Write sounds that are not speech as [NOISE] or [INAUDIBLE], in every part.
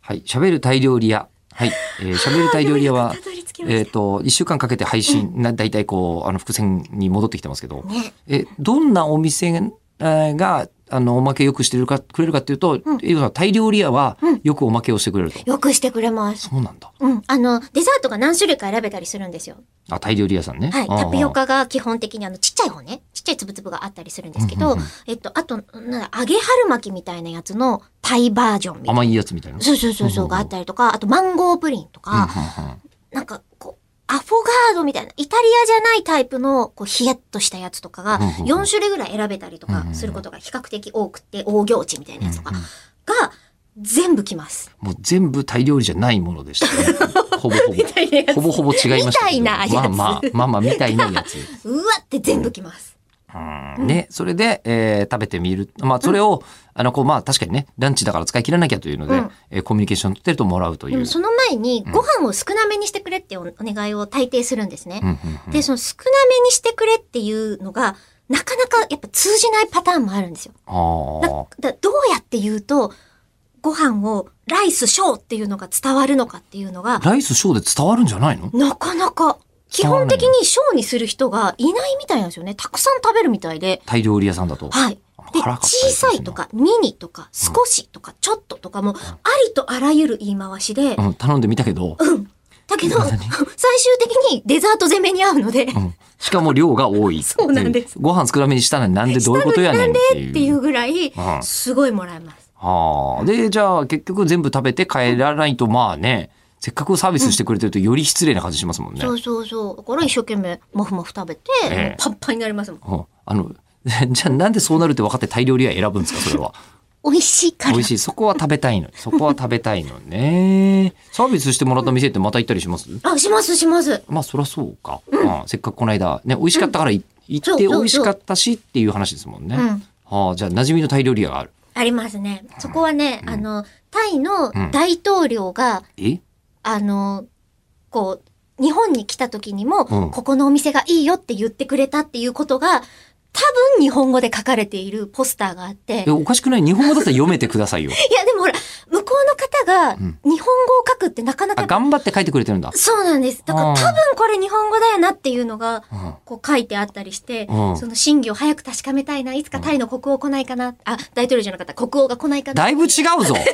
はい。喋るタイ料理屋。はい。 [LAUGHS] えー、喋るタイ料理屋はた、どり着きまえっ、した。と、1週間かけて配信、な大体こう、あの、伏線に戻ってきてますけど、ね。え、どんなお店えーが、あの、おまけよくしてるか、くれるかっていうと、うんえーとタイ料理屋はうん、よくおまけをしてくれると。よくしてくれます。そうなんだ。うん。あの、デザートが何種類か選べたりするんですよ。あ、タイ料理屋さんね。はい。あータピオ。カが基本的にあの、ちっちゃい方ね。ちっちゃいつぶつぶがあったりするんですけど、うんうんうんえっと、あと、なんだ、揚げ春巻きみたいなやつのタイバージョンみたいな。甘いやつみたいな。そうそうそううんうんそうう、んがあったりとか、あとマンゴープリンとか、うんうんうんなんかこう、アフォガードみたいな、イタリアじゃないタイプの、こう、ヒヤッとしたやつとかがうんうんうん、 4種類ぐらい選べたりとうんうんうかんすることが比較的多くて、大行地みたいなやつとか、うんうがん、全部来ます。もう全部タイ料理じゃないもので [LAUGHS] したね。ほぼほぼ。みたいなやつほぼほぼ違いましたけど。みたいなやつまあまあ、まあまあ、みたいなやつ。うわって全部来ます。うんね、それで、えー食べてみる。まあ、それを、あの、こう、まあ、確かにね、ランチだから使い切らなきゃというので、うんえーコミュニケーション取ってるともらうといでう。もその前にうん、ご飯を少なめにしてくれっておお願いを大抵するんですねうん。うんうんで、その少なめにしてくれっていうのが、なかなかやっぱ通じないパターンもあるんですよ。あーだどうやって言うと、ご飯をライスショーっていうのが伝わるのかっていうのが、ライスショーで伝わるんじゃないのなかなか、基本的にショーにする人がいないみたいなんですよね。たくさん食べるみたいで。タイ料理屋さんだと。はい。で、辛かったりす小るしなさいと。か、ミニとか、少しとか、ちょっととかも、ありとあらゆる言い回しで、うん、頼んでみたけど、だけど、何 [LAUGHS] 最終的にデザート攻めに合うので、うん、しかも量が多い。そうなんです。ご飯少なめにしたのになんでどういうことやねんっていう。っていうぐらいうん、すごいもらえます。はあ。で、じゃあ、結局全部食べて帰らないと、まあね、せっかくサービスしてくれてると、より失礼な感じしますもんね。そうそうそう。だから一生懸命、もふもふ食べて、ええもうパンパンになりますもん。うんあの、 [LAUGHS] じゃあなんでそうなるって分かって大量リア選ぶんですか、それは。美味しいから。 [LAUGHS] 美味しい。そこは食べた [LAUGHS] いの。そこは食べたいのね。サービスしてもらった店ってまた行ったりしますあ、します、します。まあ、そりゃそうか、うんせっかくこの間、ね、美味しかったからい行っそうてそう美そう味しかったしっていう話ですもんね。うんはあ、じゃあ、馴染みのタイ料理屋がある。ありますね。そこはね、うんあの、タイうのん大統領が、えあの、こう、日本に来た時にも、うんここのお店がいいよって言ってくれたっていうことが、多分日本語で書かれているポスターがあって。いえ、や、おかしくない日本語だったら読めてください [LAUGHS] よ。でもほら、向こうの方が日ん本語を書くってなかなあ、か、頑張って書いてくれてるんだ。そうなんです。だかうんら多分これ日本語だよなっていうのが、うんこう書いてあったりして、うんその真偽を早く確かめたいな、いつかタイの国王来ないかな、あ、大統領じゃなかった、国王が来ないかな。だい [LAUGHS] ぶ違うぞ。間違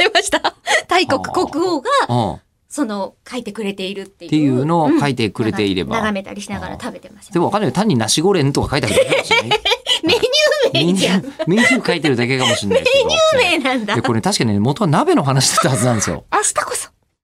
えました。大国あー国王が、うん、っその、書いてくれているっていう。ていうのを書いててくれていれば。眺めたりしながら食べてますで [LAUGHS] よ。もわかんないよ。単にナシゴレンとか書いてあるだけかもしれない。メニューメ名ニ [LAUGHS] じゃュん。メー、メニュー書いてるだけかもしれないけど。ニュー名なんだで、。これ確かね、元は鍋の話だったはずなんですよ。 [LAUGHS] 明日こ